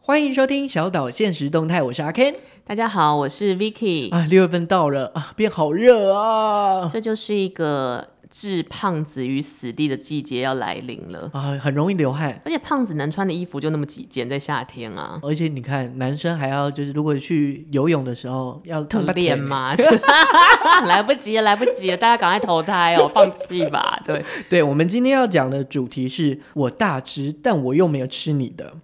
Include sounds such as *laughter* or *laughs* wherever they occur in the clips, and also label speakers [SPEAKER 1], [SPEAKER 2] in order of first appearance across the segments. [SPEAKER 1] 欢迎收听小岛现实动态，我是阿
[SPEAKER 2] *laughs*
[SPEAKER 1] Ken
[SPEAKER 2] 大家好，我是 Vicky，、
[SPEAKER 1] 啊。六月份到了啊，变好热啊
[SPEAKER 2] 这就是一个置胖子于死地的季节要来临了。
[SPEAKER 1] 啊，很容易流汗。
[SPEAKER 2] 而且胖子能穿的衣服就那么几件，在夏天
[SPEAKER 1] *laughs*
[SPEAKER 2] 啊，
[SPEAKER 1] 而且你看，男生还要就是，如果去游泳的时候要
[SPEAKER 2] 可
[SPEAKER 1] 特
[SPEAKER 2] 怜？嘛， *laughs* 来不及了，来不及了，大家赶快投胎哦，放弃吧。对，
[SPEAKER 1] 对，我们今天要讲的主题是我大只，但我又没有吃你的。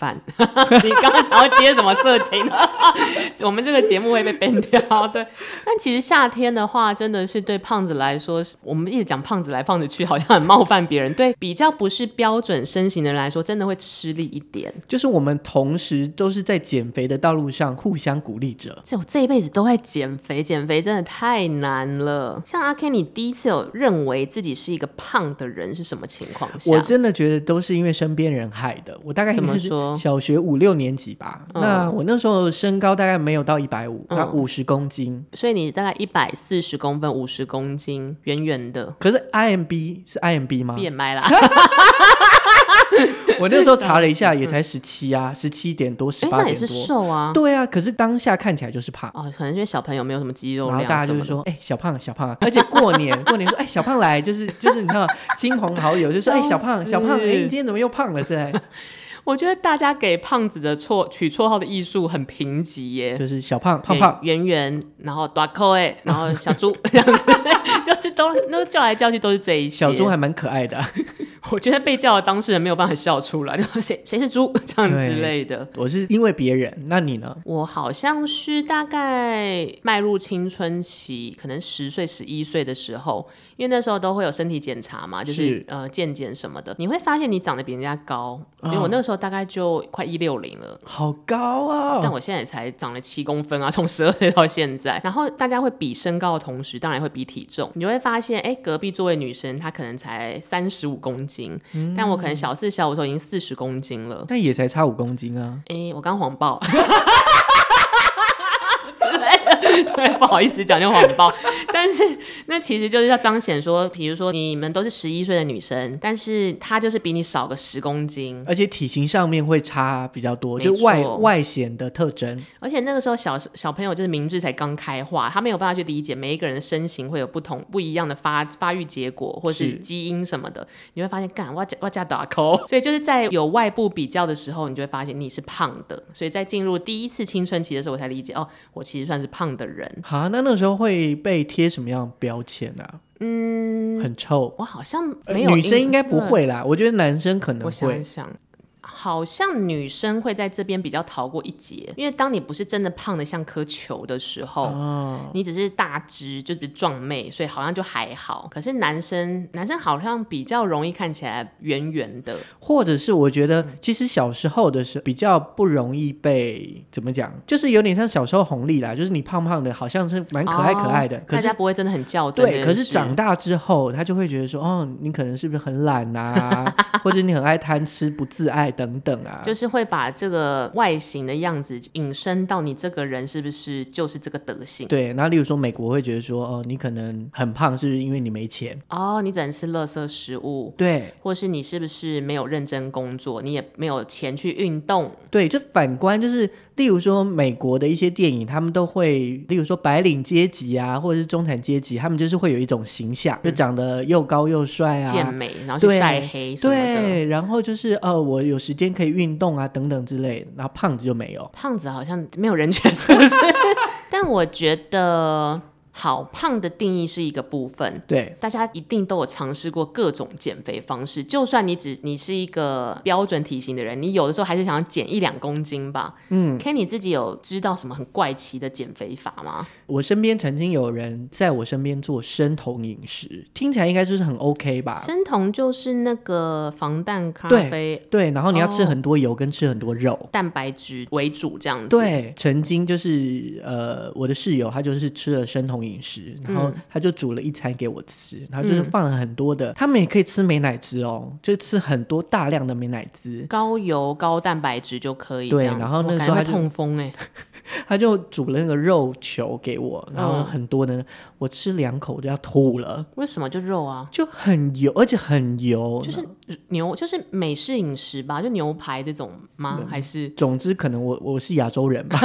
[SPEAKER 2] 饭， *laughs* 你刚刚想要接什么色情呢？ *laughs* 我们这个节目会被 ban 掉。对，但其实夏天的话，真的是对胖子来说，是我们一直讲胖子来胖子去，好像很冒犯别人。对比较不是标准身形的人来说，真的会吃力一点。
[SPEAKER 1] 就是我们同时都是在减肥的道路上互相鼓励着。
[SPEAKER 2] 这我这一辈子都在减肥，减肥真的太难了。像阿 Ken，你第一次有认为自己是一个胖的人是什么情况下？
[SPEAKER 1] 我真的觉得都是因为身边人害的。我大概
[SPEAKER 2] 怎么
[SPEAKER 1] 应该是
[SPEAKER 2] 说
[SPEAKER 1] 小学五六年级吧。
[SPEAKER 2] 嗯
[SPEAKER 1] 那我那时候身高大概没有到一百五，
[SPEAKER 2] 嗯
[SPEAKER 1] 那五十公斤。
[SPEAKER 2] 所以你大概一百四十公分，五十公斤，圆圆的。
[SPEAKER 1] 可是 IMB 是 IMB 吗？
[SPEAKER 2] BMI 啦，
[SPEAKER 1] 我那时候查了一下，也才十七啊，十七点多，十
[SPEAKER 2] 哎，
[SPEAKER 1] 八
[SPEAKER 2] 啊嗯那也
[SPEAKER 1] 点
[SPEAKER 2] 是
[SPEAKER 1] 多。
[SPEAKER 2] 瘦啊。
[SPEAKER 1] 对啊，可是当下看起来就是胖。
[SPEAKER 2] 哦，可能是因为小朋友没有什么肌肉
[SPEAKER 1] 然后
[SPEAKER 2] 量，
[SPEAKER 1] 大家就是，说，哎、小胖，小胖啊！而且过年， *laughs* 过年说，哎、小胖来，就是就是，你看亲朋好友就说，哎、
[SPEAKER 2] 笑
[SPEAKER 1] 小胖，小胖，哎、
[SPEAKER 2] 死
[SPEAKER 1] 你今天怎么又胖了？这样
[SPEAKER 2] *laughs* 我觉得大家给胖子的绰取绰号的艺术很贫瘠耶。
[SPEAKER 1] 就是小胖，胖胖，
[SPEAKER 2] 哎圆圆，然后短扣哎，然后小猪 *laughs* 这样子，就是都都叫来叫去都是这一些。
[SPEAKER 1] 小猪还蛮可爱的。
[SPEAKER 2] 我觉得被叫的当事人没有办法笑出来，就谁谁是猪 *laughs* 这样之类的。
[SPEAKER 1] 我是因为别人，那你呢？
[SPEAKER 2] 我好像是大概迈入青春期，可能十岁、十一岁的时候，因为那时候都会有身体检查嘛，就是
[SPEAKER 1] 是
[SPEAKER 2] 呃健检什么的，你会发现你长得比人家高，因为我那个时候大概就快一六零了。
[SPEAKER 1] 好高啊、
[SPEAKER 2] 但我现在也才长了七公分啊， *laughs* 从十二岁到现在。然后大家会比身高的同时，当然会比体重。你就会发现，哎，隔壁座位女生她可能才三十五公斤，但我可能小四、小五的时候已经四十公斤了。
[SPEAKER 1] 但也才差五公斤啊！
[SPEAKER 2] 哎，我刚谎报。 *laughs* 之类的 *laughs* 对，不好意思讲就谎报，但是那其实就是要彰显说，比如说你们都是十一岁的女生，但是她就是比你少个十公斤，
[SPEAKER 1] 而且体型上面会差比较多，
[SPEAKER 2] 没
[SPEAKER 1] 就外
[SPEAKER 2] 错
[SPEAKER 1] 外显的特征。
[SPEAKER 2] 而且那个时候小小朋友就是明智才刚开化，他没有办法去理解每一个人的身形会有不同不一样的发发育结果或
[SPEAKER 1] 是
[SPEAKER 2] 是基因什么的，你会发现干哇加哇加打扣， *laughs* 所以就是在有外部比较的时候，你就会发现你是胖的，所以在进入第一次青春期的时候，我才理解哦，我其实算是胖的人。
[SPEAKER 1] 好、那那时候会被贴什么样的标签啊？
[SPEAKER 2] 嗯，
[SPEAKER 1] 很臭，
[SPEAKER 2] 我好像
[SPEAKER 1] 呃
[SPEAKER 2] 没有、嗯
[SPEAKER 1] 女生应该不，会啦，我觉得男生可能
[SPEAKER 2] 我想一
[SPEAKER 1] 会。
[SPEAKER 2] 想。好像女生会在这边比较逃过一劫，因为当你不是真的胖的像颗球的时候，
[SPEAKER 1] 哦，
[SPEAKER 2] 你只是大只，就是壮妹，所以好像就还好。可是男生，男生好像比较容易看起来圆圆的，
[SPEAKER 1] 或者是我觉得，
[SPEAKER 2] 嗯
[SPEAKER 1] 其实小时候的时候比较不容易被怎么讲，就是有点像小时候红利啦，就是你胖胖的，好像是蛮可爱可爱的，
[SPEAKER 2] 哦
[SPEAKER 1] 可
[SPEAKER 2] 大
[SPEAKER 1] 是
[SPEAKER 2] 家不会真的很较真这件
[SPEAKER 1] 对，
[SPEAKER 2] 事。
[SPEAKER 1] 可是长大之后，他就会觉得说，哦，你可能是不是很懒
[SPEAKER 2] *laughs*
[SPEAKER 1] 啊，或者你很爱贪吃、不自爱等等啊。
[SPEAKER 2] 就是会把这个外形的样子引申到你这个人是不是就是这个德性？
[SPEAKER 1] 对，然后例如说美国会觉得说，哦，你可能很胖，是不是因为你没钱？
[SPEAKER 2] 哦，你只能吃垃圾食物。
[SPEAKER 1] 对
[SPEAKER 2] 或是你是不是没有认真工作，你也没有钱去运动，
[SPEAKER 1] 对，这反观就是，例如说美国的一些电影，他们都会，例如说白领阶级啊，或者是中产阶级，他们就是会有一种形象，就长得又高又帅啊，
[SPEAKER 2] 嗯健美，然后去
[SPEAKER 1] 对
[SPEAKER 2] 晒黑什么的。
[SPEAKER 1] 对，然后就是呃，我有时间可以运动啊，等等之类的，然后胖子就没有。
[SPEAKER 2] 胖子好像没有人权，是不是？ *laughs* 但我觉得好胖的定义是一个部分。
[SPEAKER 1] 对，
[SPEAKER 2] 大家一定都有尝试过各种减肥方式，就算你只你是一个标准体型的人，你有的时候还是想要减一两公斤吧。嗯，K，你自己有知道什么很怪奇的减肥法吗？
[SPEAKER 1] 我身边曾经有人在我身边做生酮饮食，听起来应该就是很 OK 吧？
[SPEAKER 2] 生酮就是那个防弹咖
[SPEAKER 1] 对
[SPEAKER 2] 啡、
[SPEAKER 1] 对，然后你要吃
[SPEAKER 2] 哦
[SPEAKER 1] 很多油跟吃很多肉。
[SPEAKER 2] 蛋白质为主这样子。
[SPEAKER 1] 对，曾经就是呃，我的室友他就是吃了生酮控饮食，然
[SPEAKER 2] 嗯
[SPEAKER 1] 后他就煮了一餐给我吃，然后就是放了很多的，他们也可以吃美乃滋哦，就吃很多大量的美乃滋。
[SPEAKER 2] 高油高蛋白质就可以
[SPEAKER 1] 对
[SPEAKER 2] 这样子。
[SPEAKER 1] 然后那
[SPEAKER 2] 我
[SPEAKER 1] 个时
[SPEAKER 2] 感觉
[SPEAKER 1] 候
[SPEAKER 2] 会
[SPEAKER 1] 他就
[SPEAKER 2] 痛风哎、
[SPEAKER 1] 他就煮了那个肉球给我，然后
[SPEAKER 2] 嗯
[SPEAKER 1] 很多的，我吃两口我就要吐了，
[SPEAKER 2] 为什么就肉啊？
[SPEAKER 1] 就很油，而且很油。
[SPEAKER 2] 就是牛，就是美式饮食吧，就牛排这种吗？还是
[SPEAKER 1] 总之，可能我我是亚洲人吧，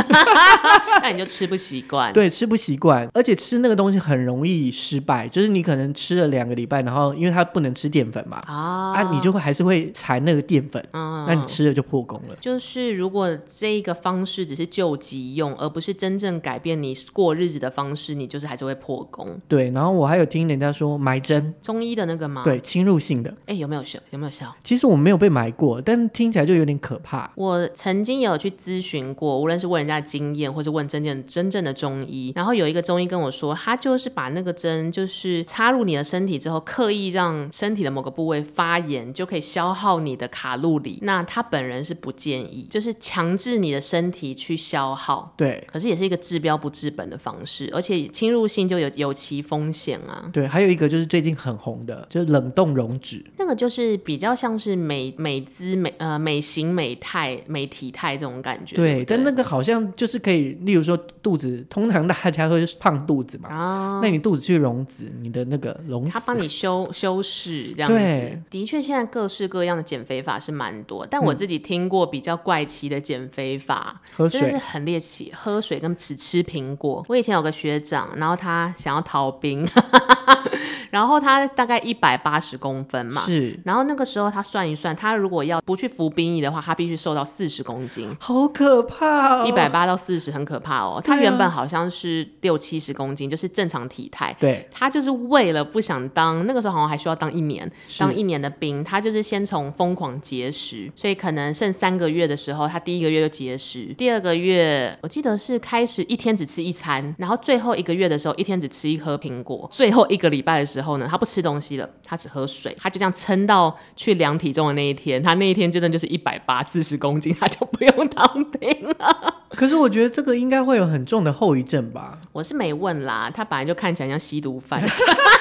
[SPEAKER 2] *laughs* 那你就吃不习惯？
[SPEAKER 1] 对，吃不习惯，而且吃那个东西很容易失败，就是你可能吃了两个礼拜，然后因为它不能吃淀粉嘛，
[SPEAKER 2] 啊，
[SPEAKER 1] 啊，你就会还是会馋那个淀粉，
[SPEAKER 2] 嗯
[SPEAKER 1] 那你吃了就破功了。
[SPEAKER 2] 就是如果这一个方式只是救急用，而不是真正改变你过日子的方式，你就是还是会破功。
[SPEAKER 1] 对，然后我还有听人家说埋针，
[SPEAKER 2] 中医的那个吗？，
[SPEAKER 1] 对，侵入性的，
[SPEAKER 2] 哎、有没有效？有没有效？
[SPEAKER 1] 其实我没有被埋过，但听起来就有点可怕。
[SPEAKER 2] 我曾经也有去咨询过，无论是问人家的经验，或是问真正真正的中医。然后有一个中医跟我说，他就是把那个针就是插入你的身体之后，刻意让身体的某个部位发炎，就可以消耗你的卡路里。那他本人是不建议，就是强制你的身体去消耗。
[SPEAKER 1] 对
[SPEAKER 2] 可是也是一个治标不治本的方式，而且侵入性就有有其风险啊。
[SPEAKER 1] 对，还有一个就是最近很红的，就是冷冻溶脂。
[SPEAKER 2] 那个就是比较像是美美姿美呃美型美态美体态这种感觉，对
[SPEAKER 1] 对，
[SPEAKER 2] 不对，
[SPEAKER 1] 但那个好像就是可以，例如说肚子，通常大家会胖肚子嘛，
[SPEAKER 2] 啊，
[SPEAKER 1] 那你肚子去溶脂，你的那个溶脂，
[SPEAKER 2] 他
[SPEAKER 1] *laughs*
[SPEAKER 2] 帮你修修饰这样子
[SPEAKER 1] 对。嗯
[SPEAKER 2] 的确，现在各式各样的减肥法是蛮多，但我自己听过比较怪奇的减肥法，
[SPEAKER 1] 喝
[SPEAKER 2] 真的是
[SPEAKER 1] 水，
[SPEAKER 2] 很猎奇，喝水跟只吃苹果。我以前有个学长，然后他想要逃兵， *laughs* 然后他大概一百八十公分嘛，
[SPEAKER 1] 是
[SPEAKER 2] 然后那个时候他算一算，他如果要不去服兵役的话，他必须瘦到四十公斤。
[SPEAKER 1] 好可怕、哦，
[SPEAKER 2] 一百八到四十很可怕哦，
[SPEAKER 1] 对啊
[SPEAKER 2] 他原本好像是六七十公斤，就是正常体态。
[SPEAKER 1] 对，
[SPEAKER 2] 他就是为了不想当，那个时候好像还需要当一年，
[SPEAKER 1] 是
[SPEAKER 2] 当一年的兵，他就是先从疯狂节食，所以可能剩三个月的时候，他第一个月就节食，第二个月我记得是开始一天只吃一餐，然后最后一个月的时候一天只吃一颗苹果，最后一个礼拜的时候呢，他不吃东西了，他只喝水，他就这样撑到去量体重的那一天，他那一天真的就是一百八四十公斤，他就不用当兵了。
[SPEAKER 1] 可是我觉得这个应该会有很重的后遗症吧？
[SPEAKER 2] 我是没问啦，他本来就看起来像吸毒犯。 *laughs*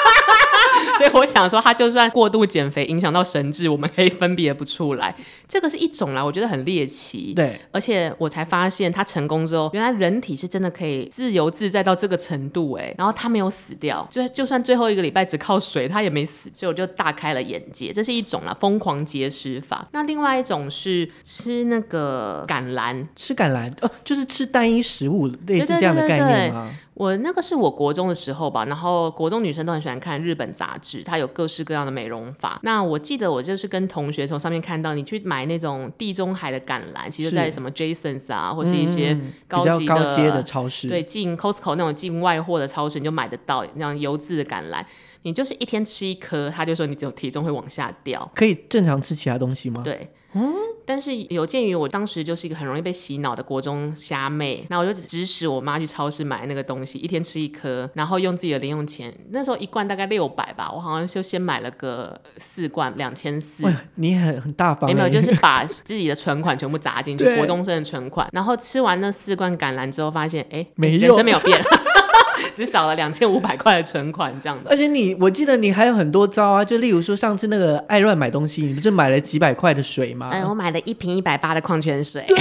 [SPEAKER 2] 所以我想说，他就算过度减肥影响到神智，我们可以分别不出来。这个是一种啦，我觉得很猎奇。
[SPEAKER 1] 对，
[SPEAKER 2] 而且我才发现他成功之后，原来人体是真的可以自由自在到这个程度哎、然后他没有死掉，就就算最后一个礼拜只靠水，他也没死，所以我就大开了眼界。这是一种啦，疯狂节食法。那另外一种是吃那个橄榄，
[SPEAKER 1] 吃橄榄哦，就是吃单一食物，类似
[SPEAKER 2] 对对
[SPEAKER 1] 这样的
[SPEAKER 2] 对
[SPEAKER 1] 概
[SPEAKER 2] 对
[SPEAKER 1] 念吗？
[SPEAKER 2] 我那个是我国中的时候吧，然后国中女生都很喜欢看日本杂志，它有各式各样的美容法。那我记得我就是跟同学从上面看到，你去买那种地中海的橄榄，其实
[SPEAKER 1] 是
[SPEAKER 2] 在什么 Jasons 啊，或是一些
[SPEAKER 1] 嗯
[SPEAKER 2] 高
[SPEAKER 1] 比
[SPEAKER 2] 级
[SPEAKER 1] 较
[SPEAKER 2] 的
[SPEAKER 1] 高阶的超市，
[SPEAKER 2] 对，进 Costco 那种进外货的超市，你就买得到那样油渍的橄榄。你就是一天吃一颗，他就说你这种体重会往下掉。
[SPEAKER 1] 可以正常吃其他东西吗？
[SPEAKER 2] 对，
[SPEAKER 1] 嗯
[SPEAKER 2] 但是有鉴于我当时就是一个很容易被洗脑的国中虾妹，那我就指使我妈去超市买那个东西，一天吃一颗，然后用自己的零用钱，那时候一罐大概六百吧，我好像就先买了个四罐，两千四。
[SPEAKER 1] 哇，你很很大方
[SPEAKER 2] 没
[SPEAKER 1] 欸，
[SPEAKER 2] 有没有，就是把自己的存款全部砸进
[SPEAKER 1] *laughs*
[SPEAKER 2] 去，
[SPEAKER 1] 对
[SPEAKER 2] 国中生的存款。然后吃完那四罐橄榄之后，发现哎，
[SPEAKER 1] 没
[SPEAKER 2] 人
[SPEAKER 1] 用
[SPEAKER 2] 生没有
[SPEAKER 1] *laughs*
[SPEAKER 2] 变， *laughs* 只少了两千五百块的存款这样的。
[SPEAKER 1] *laughs* 而且你，我记得你还有很多招啊，就例如说上次那个爱乱买东西，你不是买了几百块的水吗？
[SPEAKER 2] 哎， *laughs* 我买了一瓶一百八的矿泉水， *laughs*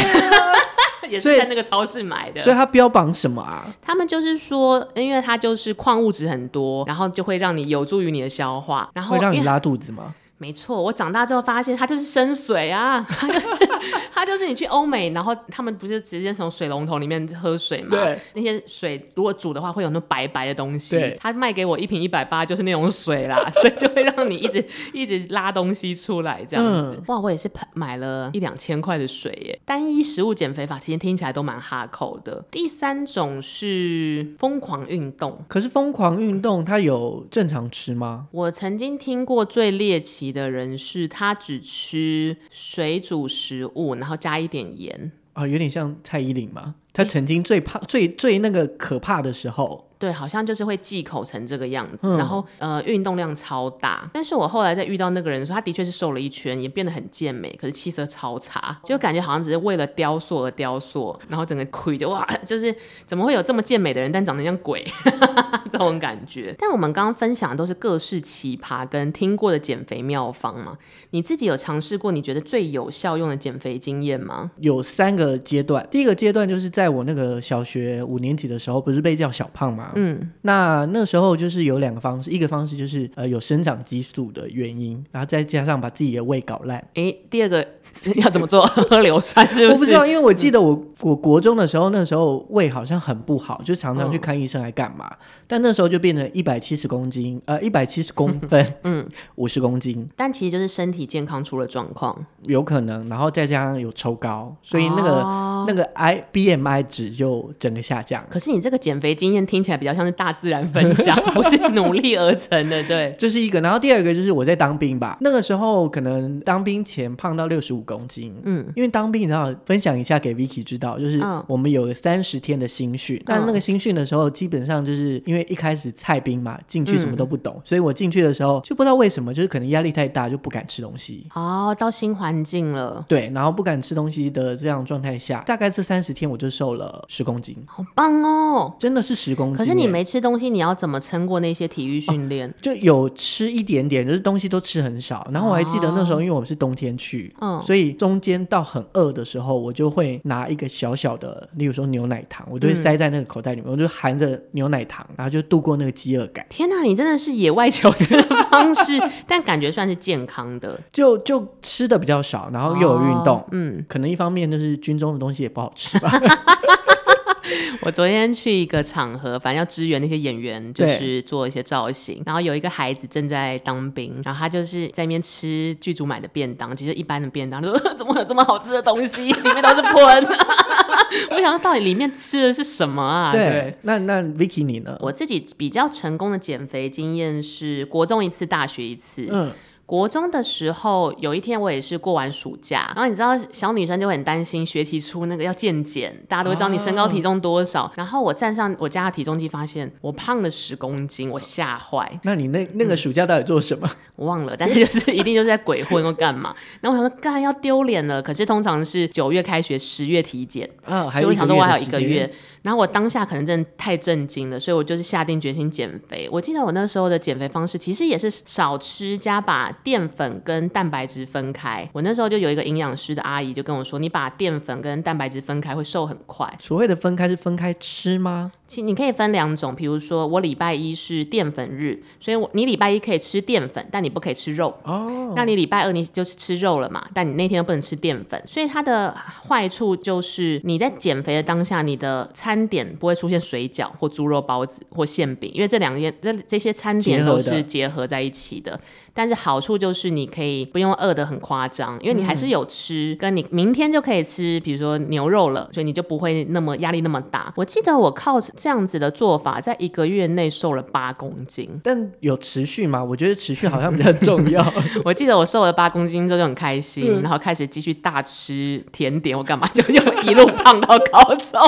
[SPEAKER 2] 也
[SPEAKER 1] 所
[SPEAKER 2] 是
[SPEAKER 1] 以
[SPEAKER 2] 在那个超市买的。
[SPEAKER 1] 啊所以它标榜什么啊？
[SPEAKER 2] 他们就是说，因为它就是矿物质很多，然后就会让你有助于你的消化，然后
[SPEAKER 1] 会让你
[SPEAKER 2] 因为
[SPEAKER 1] 拉肚子吗？
[SPEAKER 2] 没错，我长大之后发现它就是生水啊， *laughs* 它就是它就是你去欧美，然后他们不是直接从水龙头里面喝水嘛？
[SPEAKER 1] 对，
[SPEAKER 2] 那些水如果煮的话会有那种白白的东西
[SPEAKER 1] 对，
[SPEAKER 2] 他卖给我一瓶一百八就是那种水啦， *laughs* 所以就会让你一直 *laughs* 一直拉东西出来这样子。
[SPEAKER 1] 嗯
[SPEAKER 2] 哇，我也是买了一两千块的水耶。单一食物减肥法其实听起来都蛮哈口的。第三种是疯狂运动。
[SPEAKER 1] 可是疯狂运动它有正常吃吗？
[SPEAKER 2] 我曾经听过最猎奇的人是，他只吃水煮食物，然后加一点盐。
[SPEAKER 1] 啊，有点像蔡依林嘛，她曾经最胖、最最那个可怕的时候，
[SPEAKER 2] 对，好像就是会忌口成这个样子，
[SPEAKER 1] 嗯
[SPEAKER 2] 然后呃运动量超大。但是我后来在遇到那个人的时候，他的确是瘦了一圈，也变得很健美，可是气色超差，就感觉好像只是为了雕塑而 *laughs* 雕塑，然后整个亏就哇，就是怎么会有这么健美的人，但长得像鬼 *laughs* 这种感觉。但我们刚刚分享的都是各式奇葩跟听过的减肥妙方嘛，你自己有尝试过你觉得最有效用的减肥经验吗？
[SPEAKER 1] 有三个阶段，第一个阶段就是在我那个小学五年级的时候，不是被叫小胖吗？
[SPEAKER 2] 嗯，
[SPEAKER 1] 那那时候就是有两个方式，一个方式就是呃有生长激素的原因，然后再加上把自己的胃搞烂。
[SPEAKER 2] 诶，第二个 *laughs* 要怎么做？喝硫酸是
[SPEAKER 1] 我
[SPEAKER 2] 不
[SPEAKER 1] 不
[SPEAKER 2] 是？
[SPEAKER 1] 知道，因为我记得我我国中的时候，那时候胃好像很不好，就常常去看医生来干
[SPEAKER 2] 嗯
[SPEAKER 1] 嘛？但那时候就变成一百七十公斤，呃，一百七十公分，
[SPEAKER 2] *laughs*
[SPEAKER 1] 嗯，五十公斤
[SPEAKER 2] 但其实就是身体健康出了状况，
[SPEAKER 1] 有可能，然后再加上有抽高，所以那个、
[SPEAKER 2] 哦
[SPEAKER 1] 那个 I B M I 值就整个下降。
[SPEAKER 2] 可是你这个减肥经验听起来比较像是大自然分
[SPEAKER 1] *laughs*
[SPEAKER 2] 享，不是努力而成的，对。
[SPEAKER 1] 这是一个，然后第二个就是我在当兵吧，那个时候可能当兵前胖到六十五公斤，
[SPEAKER 2] 嗯
[SPEAKER 1] 嗯，因为当兵你知道，分享一下给 Vicky 知道，就是
[SPEAKER 2] 嗯
[SPEAKER 1] 我们有三十天的新训，但那个新训的时候，基本上就是因为一开始菜兵嘛，进去什么都不
[SPEAKER 2] 嗯
[SPEAKER 1] 懂，所以我进去的时候就不知道为什么，就是可能压力太大就不敢吃东西。
[SPEAKER 2] 哦，到新环境了，
[SPEAKER 1] 对，然后不敢吃东西的这样状态下，大概这三十天我就瘦了十公斤，
[SPEAKER 2] 好棒哦！
[SPEAKER 1] 真的是十公斤耶。
[SPEAKER 2] 可是你没吃东西，你要怎么撑过那些体育训练？ *laughs*
[SPEAKER 1] 就有吃一点点，就是东西都吃很少。然后我还记得那时候，因为我们是冬天去，
[SPEAKER 2] 哦嗯
[SPEAKER 1] 所以中间到很饿的时候，我就会拿一个小小的，例如说牛奶糖，我就
[SPEAKER 2] 嗯
[SPEAKER 1] 会塞在那个口袋里面，我就含着牛奶糖，然后就度过那个饥饿感。
[SPEAKER 2] 天哪，你真的是野外求生的方式，但感觉算是健康的，
[SPEAKER 1] 就就吃的比较少，然后又有运动。
[SPEAKER 2] 哦嗯，
[SPEAKER 1] 可能一方面就是军中的东西也不好吃
[SPEAKER 2] *laughs*
[SPEAKER 1] 吧，
[SPEAKER 2] 我昨天去一个场合，反正要支援那些演员，就
[SPEAKER 1] 对
[SPEAKER 2] 是做一些造型。然后有一个孩子正在当兵，然后他就是在那边吃剧组买的便当，其实一般的便当，就说 *laughs* 怎么有这么好吃的东西，里面都是喷。 *laughs* 我想说到底里面吃的是什么啊？
[SPEAKER 1] 对，那那 Vicky 你呢？
[SPEAKER 2] 我自己比较成功的减肥经验是国中一次，大学一次。
[SPEAKER 1] 嗯，
[SPEAKER 2] 国中的时候，有一天我也是过完暑假，然后你知道小女生就会很担心学期初那个要健检，大家都会知道你身高体重多少。然后我站上我家的体重机，发现我胖了十公斤，我吓坏，
[SPEAKER 1] 那你那那个暑假到底做什么？
[SPEAKER 2] 我忘了，但是就是一定就是在鬼混或干嘛。然后我想说，干要丢脸了。可是通常是九月开学，十月体检，
[SPEAKER 1] *laughs* 嗯，还
[SPEAKER 2] 所以
[SPEAKER 1] 有
[SPEAKER 2] 我
[SPEAKER 1] 一个
[SPEAKER 2] 想说，我哦还有一
[SPEAKER 1] 时
[SPEAKER 2] 个
[SPEAKER 1] 间
[SPEAKER 2] 月。然后我当下可能真的太震惊了，所以我就是下定决心减肥。我记得我那时候的减肥方式其实也是少吃加把淀粉跟蛋白质分开。我那时候就有一个营养师的阿姨就跟我说，你把淀粉跟蛋白质分开会瘦很快。
[SPEAKER 1] 所谓的分开是分开吃吗？
[SPEAKER 2] 其你可以分两种，比如说我礼拜一是淀粉日，所以我你礼拜一可以吃淀粉，但你不可以吃肉。
[SPEAKER 1] 哦，
[SPEAKER 2] 那你礼拜二你就是吃肉了嘛，但你那天又不能吃淀粉，所以它的坏处就是你在减肥的当下，你的餐点不会出现水饺或猪肉包子或馅饼，因为这两件这这些餐点
[SPEAKER 1] 结合
[SPEAKER 2] 都
[SPEAKER 1] 的
[SPEAKER 2] 是结合在一起的。但是好处就是你可以不用饿得很夸张，因为你还是有吃，跟你明天就可以吃，比如说牛肉了，所以你就不会那么压力那么大。我记得我靠这样子的做法，在一个月内瘦了八公斤。
[SPEAKER 1] 但有持续吗？我觉得持续好像比较重 *laughs* 要。
[SPEAKER 2] *laughs* 我记得我瘦了八公斤之后就很开心，
[SPEAKER 1] 嗯
[SPEAKER 2] 然后开始继续大吃甜点，我干嘛就又一路胖到高中，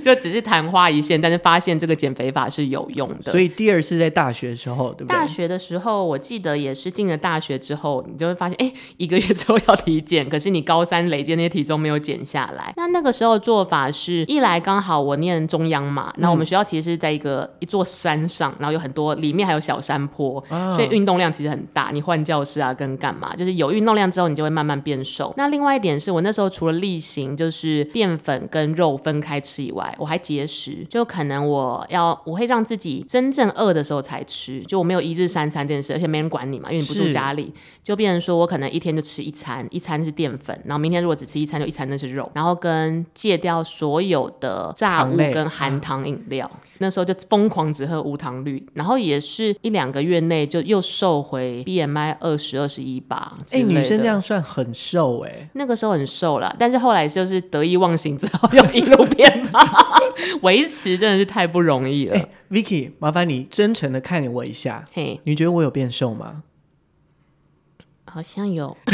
[SPEAKER 2] 就只是昙花一现，但是发现这个减肥法是有用的。
[SPEAKER 1] 所以第二是在大学的时候，对不对
[SPEAKER 2] 大？学的时候，我记得也是进了大学之后，你就会发现，哎、一个月之后要体检，可是你高三累积的那些体重没有减下来。 *laughs* 那那个时候做法是，一来刚好我念中央嘛，那我们学校其实是在一个一座山上，然后有很多里面还有小山坡，所以运动量其实很大。你换教室啊，跟干嘛，就是有运动量之后，你就会慢慢变瘦。那另外一点是我那时候除了例行就是淀粉跟肉分开吃以外，我还节食，就可能我要我会让自己真正饿的时候才吃，就我没有一日三餐这件事，而且没人管你嘛，因为你不住
[SPEAKER 1] 是
[SPEAKER 2] 家里，就变成说我可能一天就吃一餐，一餐是淀粉，然后明天如果只吃一餐就一餐那是肉，然后跟戒掉所有的炸物
[SPEAKER 1] 糖类嗯
[SPEAKER 2] 跟含糖饮料。那时候就疯狂只喝无糖绿，然后也是一两个月内就又瘦回 BMI 二十二十一吧。
[SPEAKER 1] 哎、女生这
[SPEAKER 2] 样。
[SPEAKER 1] 样算很瘦哎、
[SPEAKER 2] 那个时候很瘦了，但是后来就是得意忘形之后，又 *laughs* 一路变胖，维持真的是太不容易了。
[SPEAKER 1] 哎、v i c k y 麻烦你真诚的看我一下，
[SPEAKER 2] 嘿，
[SPEAKER 1] 你觉得我有变瘦吗？
[SPEAKER 2] 好像有， *laughs*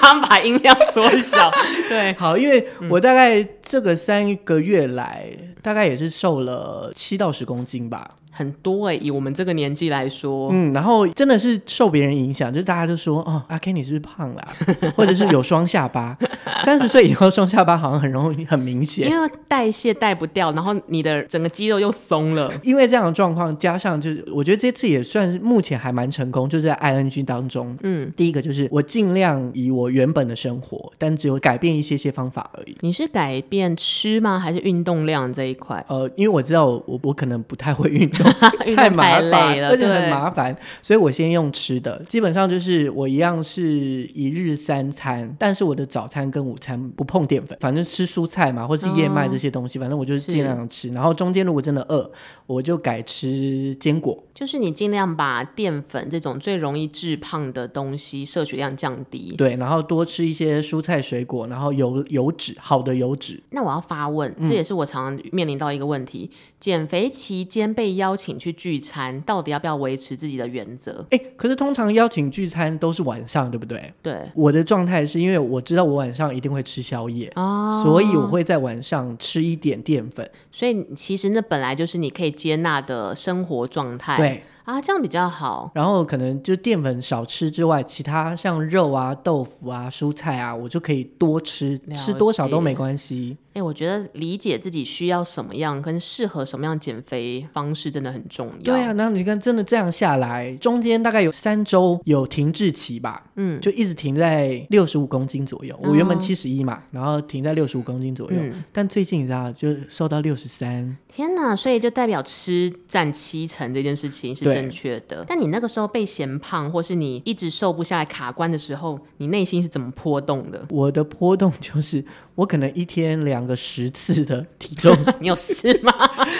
[SPEAKER 2] 刚把音量缩小，对，
[SPEAKER 1] 哎嗯好，因为我大概这个三个月来，大概也是瘦了七到十公斤吧。
[SPEAKER 2] 很多哎、以我们这个年纪来说，
[SPEAKER 1] 嗯，然后真的是受别人影响，就是大家就说哦，阿 Ken 你是不是胖啦、 *laughs* 或者是有双下巴。三十岁以后双下巴好像很容易很明显，
[SPEAKER 2] 因为代谢带不掉，然后你的整个肌肉又
[SPEAKER 1] *laughs*
[SPEAKER 2] 松了。
[SPEAKER 1] 因为这样的状况，加上就是我觉得这次也算是目前还蛮成功，就是在 ING 当中。
[SPEAKER 2] 嗯，
[SPEAKER 1] 第一个就是我尽量以我原本的生活，但只有改变一些些方法而已。
[SPEAKER 2] 你是改变吃吗？还是运动量这
[SPEAKER 1] *laughs*
[SPEAKER 2] 一块？ *laughs*
[SPEAKER 1] 呃，因为我知道我我我可能不太会运动，
[SPEAKER 2] 运动
[SPEAKER 1] 太麻
[SPEAKER 2] 太
[SPEAKER 1] 烦
[SPEAKER 2] 累了
[SPEAKER 1] 而且很
[SPEAKER 2] 对
[SPEAKER 1] 麻烦，所以我先用吃的。基本上就是我一样是一日三餐，但是我的早餐跟午餐不碰淀粉，反正吃蔬菜嘛，或是燕
[SPEAKER 2] 嗯
[SPEAKER 1] 麦这些东西，反正我就是
[SPEAKER 2] 是
[SPEAKER 1] 尽量吃。然后中间如果真的饿，我就改吃坚果。
[SPEAKER 2] 就是你尽量把淀粉这种最容易致胖的东西摄取量降低。
[SPEAKER 1] 对，然后多吃一些蔬菜水果，然后油油脂好的油脂。
[SPEAKER 2] 那我要发问，
[SPEAKER 1] 嗯
[SPEAKER 2] 这也是我常常面临到一个问题：减肥期间被邀请去聚餐，到底要不要维持自己的原则？
[SPEAKER 1] 哎，可是通常邀请聚餐都是晚上，对不对？
[SPEAKER 2] 对
[SPEAKER 1] 我的状态是因为我知道我晚上一定会吃宵夜，
[SPEAKER 2] 啊，
[SPEAKER 1] 所以我会在晚上吃一点淀粉。
[SPEAKER 2] 所以你其实那本来就是你可以接纳的生活状态。
[SPEAKER 1] 对，
[SPEAKER 2] 啊，这样比较好。
[SPEAKER 1] 然后可能就淀粉少吃之外，其他像肉啊、豆腐啊、蔬菜啊，我就可以多吃，
[SPEAKER 2] 了
[SPEAKER 1] 吃多少
[SPEAKER 2] 解
[SPEAKER 1] 都没关系。
[SPEAKER 2] 哎、我觉得理解自己需要什么样跟适合什么样减肥方式真的很重要。
[SPEAKER 1] 对啊，，然后你看，真的这样下来，中间大概有三周有停滞期吧，
[SPEAKER 2] 嗯
[SPEAKER 1] 就一直停在六十五公斤左右。我原本
[SPEAKER 2] 哦
[SPEAKER 1] 七十一嘛，然后停在六十五公斤左右，
[SPEAKER 2] 嗯
[SPEAKER 1] 但最近你知道，就瘦到六十三。
[SPEAKER 2] 天哪！所以就代表吃占七成这件事情是
[SPEAKER 1] 对？
[SPEAKER 2] 正确的。但你那个时候被嫌胖，或是你一直瘦不下来卡关的时候，你内心是怎么波动的 *laughs*
[SPEAKER 1] 我的波动就是，我可能一天量个十次的体重，
[SPEAKER 2] *laughs* 你有事吗？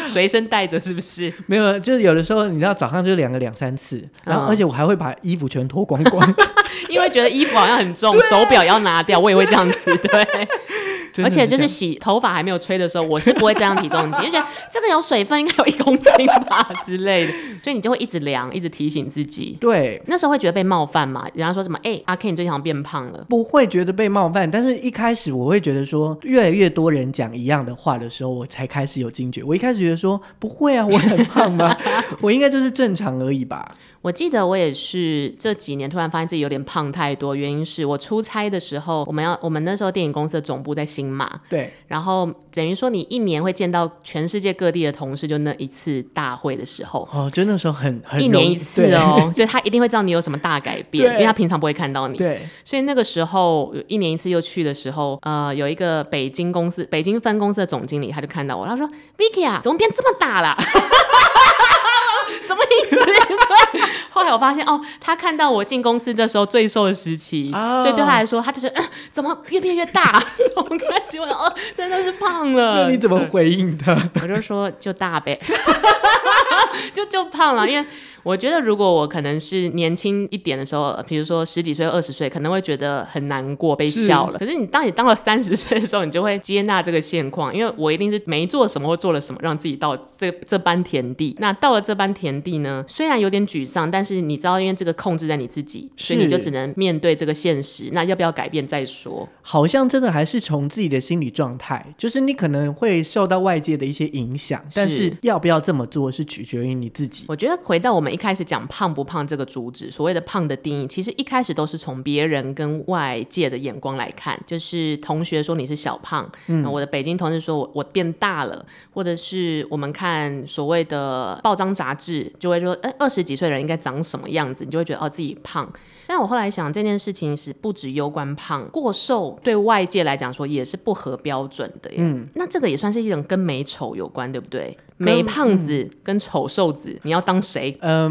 [SPEAKER 2] 随身带着是不是？
[SPEAKER 1] 没有，就是有的时候你知道早上就量个两三次，然后
[SPEAKER 2] 嗯
[SPEAKER 1] 而且我还会把衣服全脱光
[SPEAKER 2] *laughs*
[SPEAKER 1] 光， *laughs*
[SPEAKER 2] 因为觉得衣服好像很重，手表要拿掉，我也会这样
[SPEAKER 1] *laughs*
[SPEAKER 2] 子。对，
[SPEAKER 1] 真的
[SPEAKER 2] 而且
[SPEAKER 1] 这
[SPEAKER 2] 就是
[SPEAKER 1] 样
[SPEAKER 2] 洗头发还没有吹的时候，我是不会这样体重计，就觉得 *laughs* 这个有水分，应该有一公斤吧之类的，所以你就会一直量，一直提醒自己。
[SPEAKER 1] 对。
[SPEAKER 2] 那时候会觉得被冒犯嘛？人家说什么？哎、阿 K，你最近好像变胖了。
[SPEAKER 1] 不会觉得被冒犯，但是一开始我会觉得说，越来越多人讲一样的话的时候，我才开始有惊觉。我一开始觉得说，不会啊，我很胖 *laughs* 吗？我应该就是正常而已吧。
[SPEAKER 2] 我记得我也是这几年突然发现自己有点胖太多，原因是我出差的时候，我们要我们那时候电影公司的总部在新马，
[SPEAKER 1] 对，
[SPEAKER 2] 然后等于说你一年会见到全世界各地的同事，就那一次大会的时候。
[SPEAKER 1] 哦，就那时候很很
[SPEAKER 2] 一
[SPEAKER 1] 容
[SPEAKER 2] 年
[SPEAKER 1] 易
[SPEAKER 2] 一次。哦，所以他一定会知道你有什么大改变，
[SPEAKER 1] 对
[SPEAKER 2] 因为他平常不会看到
[SPEAKER 1] 对 *laughs*
[SPEAKER 2] 你。
[SPEAKER 1] 对，
[SPEAKER 2] 所以那个时候一年一次又去的时候，呃，有一个北京公司北京分公司的总经理，他就看到我，他说：“Vicky 啊，怎么变这么大啦？” *laughs* 什么意思？ *laughs* 对后来我发现哦，他看到我进公司的时候最瘦的时期
[SPEAKER 1] 哦
[SPEAKER 2] 所以对他来说，他就是、呃怎么越变越大， *laughs* 我感觉哦，真的是胖
[SPEAKER 1] *laughs*
[SPEAKER 2] 了。
[SPEAKER 1] 那你怎么回应他？
[SPEAKER 2] 我就说就大
[SPEAKER 1] *laughs*
[SPEAKER 2] 呗，就就胖了，因为我觉得如果我可能是年轻一点的时候，比如说十几岁、二十岁，可能会觉得很难过，被
[SPEAKER 1] 是
[SPEAKER 2] 笑了。可是你当你当了三十岁的时候，你就会接纳这个现况，因为我一定是没做什么或做了什么，让自己到这这般田地。那到了这般田地呢，虽然有点沮丧，但是你知道，因为这个控制在你自己，所以
[SPEAKER 1] 是
[SPEAKER 2] 你就只能面对这个现实。那要不要改变再说？
[SPEAKER 1] 好像真的还是从自己的心理状态，就是你可能会受到外界的一些影响，但是要不要这么做是取决于你自己。
[SPEAKER 2] 我觉得回到我们一开始讲胖不胖这个主旨，所谓的胖的定义，其实一开始都是从别人跟外界的眼光来看，就是同学说你是小胖，嗯，我的北京同事说我我变大了，或者是我们看所谓的报章杂志，就会说，哎、二十几岁的人应该长什么样子，你就会觉得哦自己胖。但我后来想，这件事情是不止攸关胖，过瘦对外界来讲说也是不合标准的耶。嗯，那这个也算是一种跟美丑有关，对不对？
[SPEAKER 1] 跟呃
[SPEAKER 2] 美胖子跟丑瘦子，你要当谁？
[SPEAKER 1] 嗯，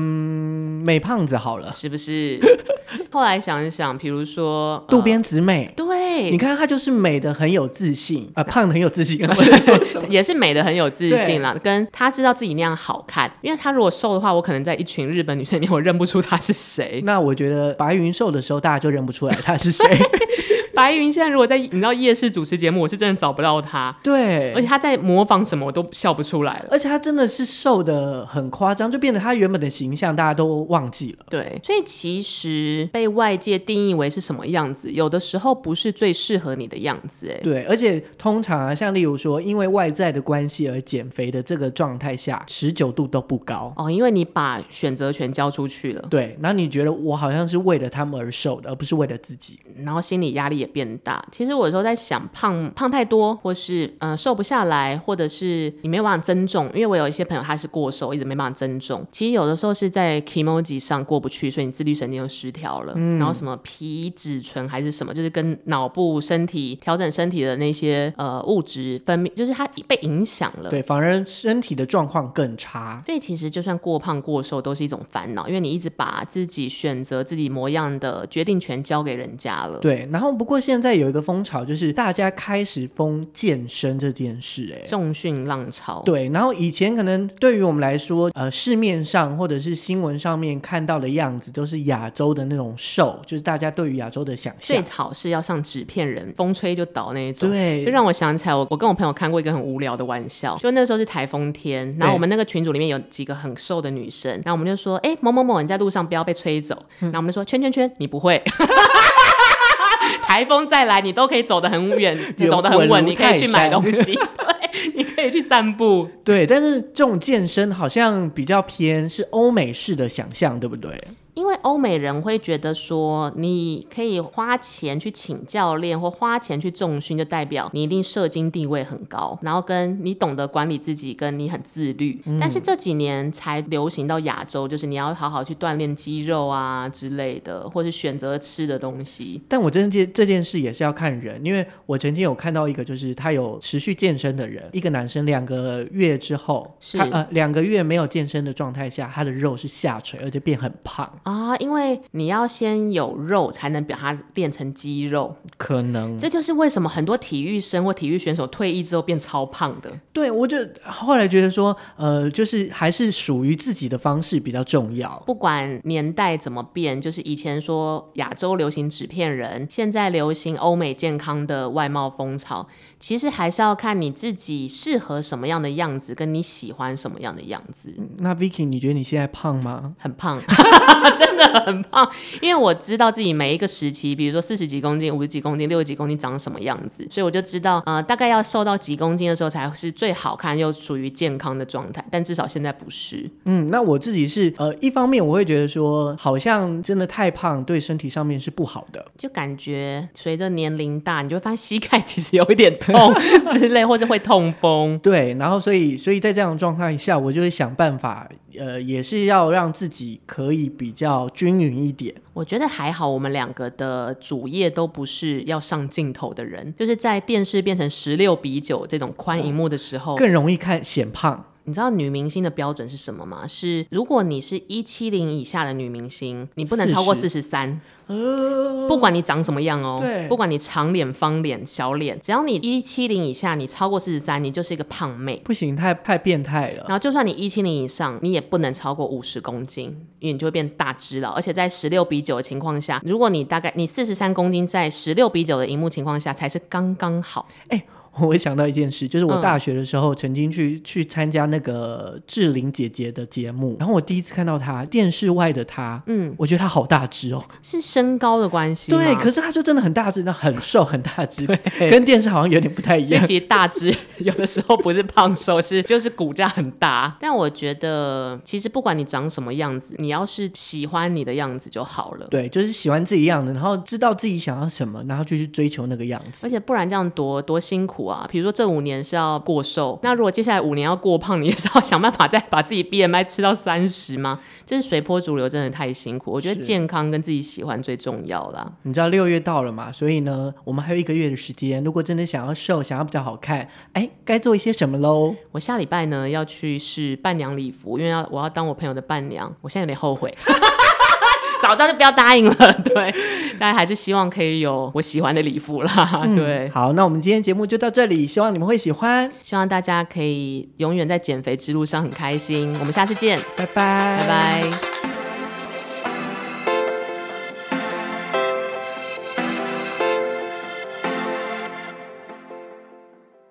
[SPEAKER 1] 美胖子好了，
[SPEAKER 2] 是不是？ *laughs* 后来想一想，比如说
[SPEAKER 1] 渡，边直美
[SPEAKER 2] 呃，对， *laughs*
[SPEAKER 1] 你看她就是美的很有自信，啊、胖的很有自 *laughs* 信。我在说什么？
[SPEAKER 2] 也是美的很有自信啦，跟她知道自己那样好看。因为她如果瘦的话，我可能在一群日
[SPEAKER 1] 嗯
[SPEAKER 2] 本女生里面，我认不出她是谁。 *laughs*
[SPEAKER 1] 那我觉得白云瘦的时候，大家就认不出来他是谁。
[SPEAKER 2] 白云现在如果在你知道夜市主持节目，我是真的找不到他，
[SPEAKER 1] 对，
[SPEAKER 2] 而且他在模仿什么我都笑不出来了。
[SPEAKER 1] 而且他真的是瘦的很夸张，就变得他原本的形象大家都忘记了。
[SPEAKER 2] 对，所以其实被外界定义为是什么样子，有的时候不是最适合你的样子。哎，
[SPEAKER 1] 对，而且通常啊，像例如说，因为外在的关系而减肥的这个状态下，持久度都不高。
[SPEAKER 2] 哦，因为你把选择权交出去了，
[SPEAKER 1] 对，然后你觉得我好像是为了他们而瘦的，而不是为了自己。
[SPEAKER 2] 然后心理压力也变大。其实我有时候在想胖，胖太多，或是嗯、呃、瘦不下来，或者是你没有办法增重，因为我有一些朋友他是过瘦，一直没办法增重。其实有的时候是在 e m o j i 上过不去，所以你自律神经又失调了，
[SPEAKER 1] 嗯
[SPEAKER 2] 然后什么皮质醇还是什么，就是跟脑部、身体调整身体的那些呃物质分泌，就是它被影响了。
[SPEAKER 1] 对，反而身体的状况更差。
[SPEAKER 2] 所以其实就算过胖过瘦都是一种烦恼，因为你一直把自己选择自己模样的决定权交给人家了。
[SPEAKER 1] 对，然后不过现在有一个风潮，就是大家开始疯健身这件事、哎，
[SPEAKER 2] 重训浪潮，
[SPEAKER 1] 对，然后以前可能对于我们来说，呃，市面上或者是新闻上面看到的样子，都是亚洲的那种瘦，就是大家对于亚洲的想
[SPEAKER 2] 最
[SPEAKER 1] 象。
[SPEAKER 2] 讨是要上纸片人，风吹就倒那一种。就
[SPEAKER 1] 对，
[SPEAKER 2] 让我想起来，我我跟我朋友看过一个很无聊的玩笑，就那时候是台风天，然后我们那个群组里面有几个很瘦的女生，然后我们就说，哎、某某某，你在路上不要被吹走，
[SPEAKER 1] 嗯
[SPEAKER 2] 然后我们就说，圈圈圈，你不会。 *laughs* 台风再来，你都可以走得很远，你走得很
[SPEAKER 1] 稳
[SPEAKER 2] 稳，
[SPEAKER 1] 如
[SPEAKER 2] 你可以去
[SPEAKER 1] 泰
[SPEAKER 2] 买
[SPEAKER 1] 山
[SPEAKER 2] 东西， *laughs* 对，你可以去散步。
[SPEAKER 1] 对，但是这种健身好像比较偏是欧美式的想象，对不对？
[SPEAKER 2] 因为欧美人会觉得说，你可以花钱去请教练或花钱去重训，就代表你一定社经地位很高，然后跟你懂得管理自己，跟你很自律。但是这几年才流行到亚洲，就是你要好好去锻炼肌肉啊之类的，或是选择吃的东西。
[SPEAKER 1] 但我真的这这件事也是要看人，因为我曾经有看到一个，就是他有持续健身的人，一个男生两个月之后，
[SPEAKER 2] 是
[SPEAKER 1] 他呃两个月没有健身的状态下，他的肉是下垂，而且变很胖，
[SPEAKER 2] 啊，因为你要先有肉，才能把它练成肌肉。
[SPEAKER 1] 可能
[SPEAKER 2] 这就是为什么很多体育生或体育选手退役之后变超胖的。
[SPEAKER 1] 对我就后来觉得说，呃，就是还是属于自己的方式比较重要。
[SPEAKER 2] 不管年代怎么变，就是以前说亚洲流行纸片人，现在流行欧美健康的外貌风潮，其实还是要看你自己适合什么样的样子，跟你喜欢什么样的样子。
[SPEAKER 1] 那 Vicky，你觉得你现在胖吗？
[SPEAKER 2] 很胖， *laughs* 真的很胖，因为我知道自己每一个时期，比如说四十几公斤、五十几公斤、六十几公斤长什么样子，所以我就知道，呃，大概要瘦到几公斤的时候才是最好看又属于健康的状态，但至少现在不是。
[SPEAKER 1] 嗯，那我自己是呃，一方面我会觉得说，好像真的太胖对身体上面是不好的。
[SPEAKER 2] 就感觉随着年龄大，你就会发现膝盖其实有一点 *laughs* 痛之类，或者会痛风。
[SPEAKER 1] 对，然后所以所以在这样的状态下，我就会想办法，呃，也是要让自己可以比较均匀一点。
[SPEAKER 2] 我觉得还好，我们两个的主业都不是要上镜头的人，就是在电视变成十六比九这种宽荧幕的时候，
[SPEAKER 1] 更容易看显胖。
[SPEAKER 2] 你知道女明星的标准是什么吗？是如果你是一七零以下的女明星，你不能超过四
[SPEAKER 1] 40
[SPEAKER 2] 十哦三，
[SPEAKER 1] 呃，
[SPEAKER 2] 不管你长什么样哦
[SPEAKER 1] 对，
[SPEAKER 2] 不管你长脸、方脸、小脸，只要你一七零以下，你超过四十三，你就是一个胖妹。
[SPEAKER 1] 不行，太太变态了。
[SPEAKER 2] 然后就算你一七零以上，你也不能超过五十公斤，因为你就会变大只了。而且在十六比九的情况下，如果你大概你四十三公斤，在十六比九的荧幕情况下才是刚刚好。
[SPEAKER 1] 哎我会想到一件事，就是我
[SPEAKER 2] 嗯
[SPEAKER 1] 大学的时候曾经去、去参加那个志玲姐姐的节目，然后我第一次看到她电视外的她，
[SPEAKER 2] 嗯，
[SPEAKER 1] 我觉得她好大只哦。
[SPEAKER 2] 是身高的关系吗。
[SPEAKER 1] 对，可是她就真的很大只，那很瘦很大只，跟电视好像有点不太一
[SPEAKER 2] 所以
[SPEAKER 1] 样。
[SPEAKER 2] 其实大只有的时候不是胖瘦，是就是骨架很大。但我觉得，其实不管你长什么样子，你要是喜欢你的样子就好了。
[SPEAKER 1] 对，就是喜欢自己样的，然后知道自己想要什么，然后就去追求那个样子。
[SPEAKER 2] 而且不然这样多多辛苦啊！比如说这五年是要过瘦，那如果接下来五年要过胖，你也是要想办法再把自己 BMI 吃到三十吗？ *laughs* 这是随波逐流，真的太辛苦。我觉得
[SPEAKER 1] 是
[SPEAKER 2] 健康跟自己喜欢最重要啦。
[SPEAKER 1] 你知道六月到了嘛，所以呢，我们还有一个月的时间。如果真的想要瘦，想要比较好看，哎，该做一些什么喽？
[SPEAKER 2] 我下礼拜呢要去试伴娘礼服，因为要我要当我朋友的伴娘，我现在有点后悔。 *laughs* 早知道就不要答应了，对，但还是希望可以有我喜欢的礼服啦，
[SPEAKER 1] 嗯
[SPEAKER 2] 对，
[SPEAKER 1] 好，那我们今天节目就到这里，希望你们会喜欢，
[SPEAKER 2] 希望大家可以永远在减肥之路上很开心，我们下次见，
[SPEAKER 1] 拜拜，
[SPEAKER 2] 拜
[SPEAKER 1] 拜
[SPEAKER 2] 拜。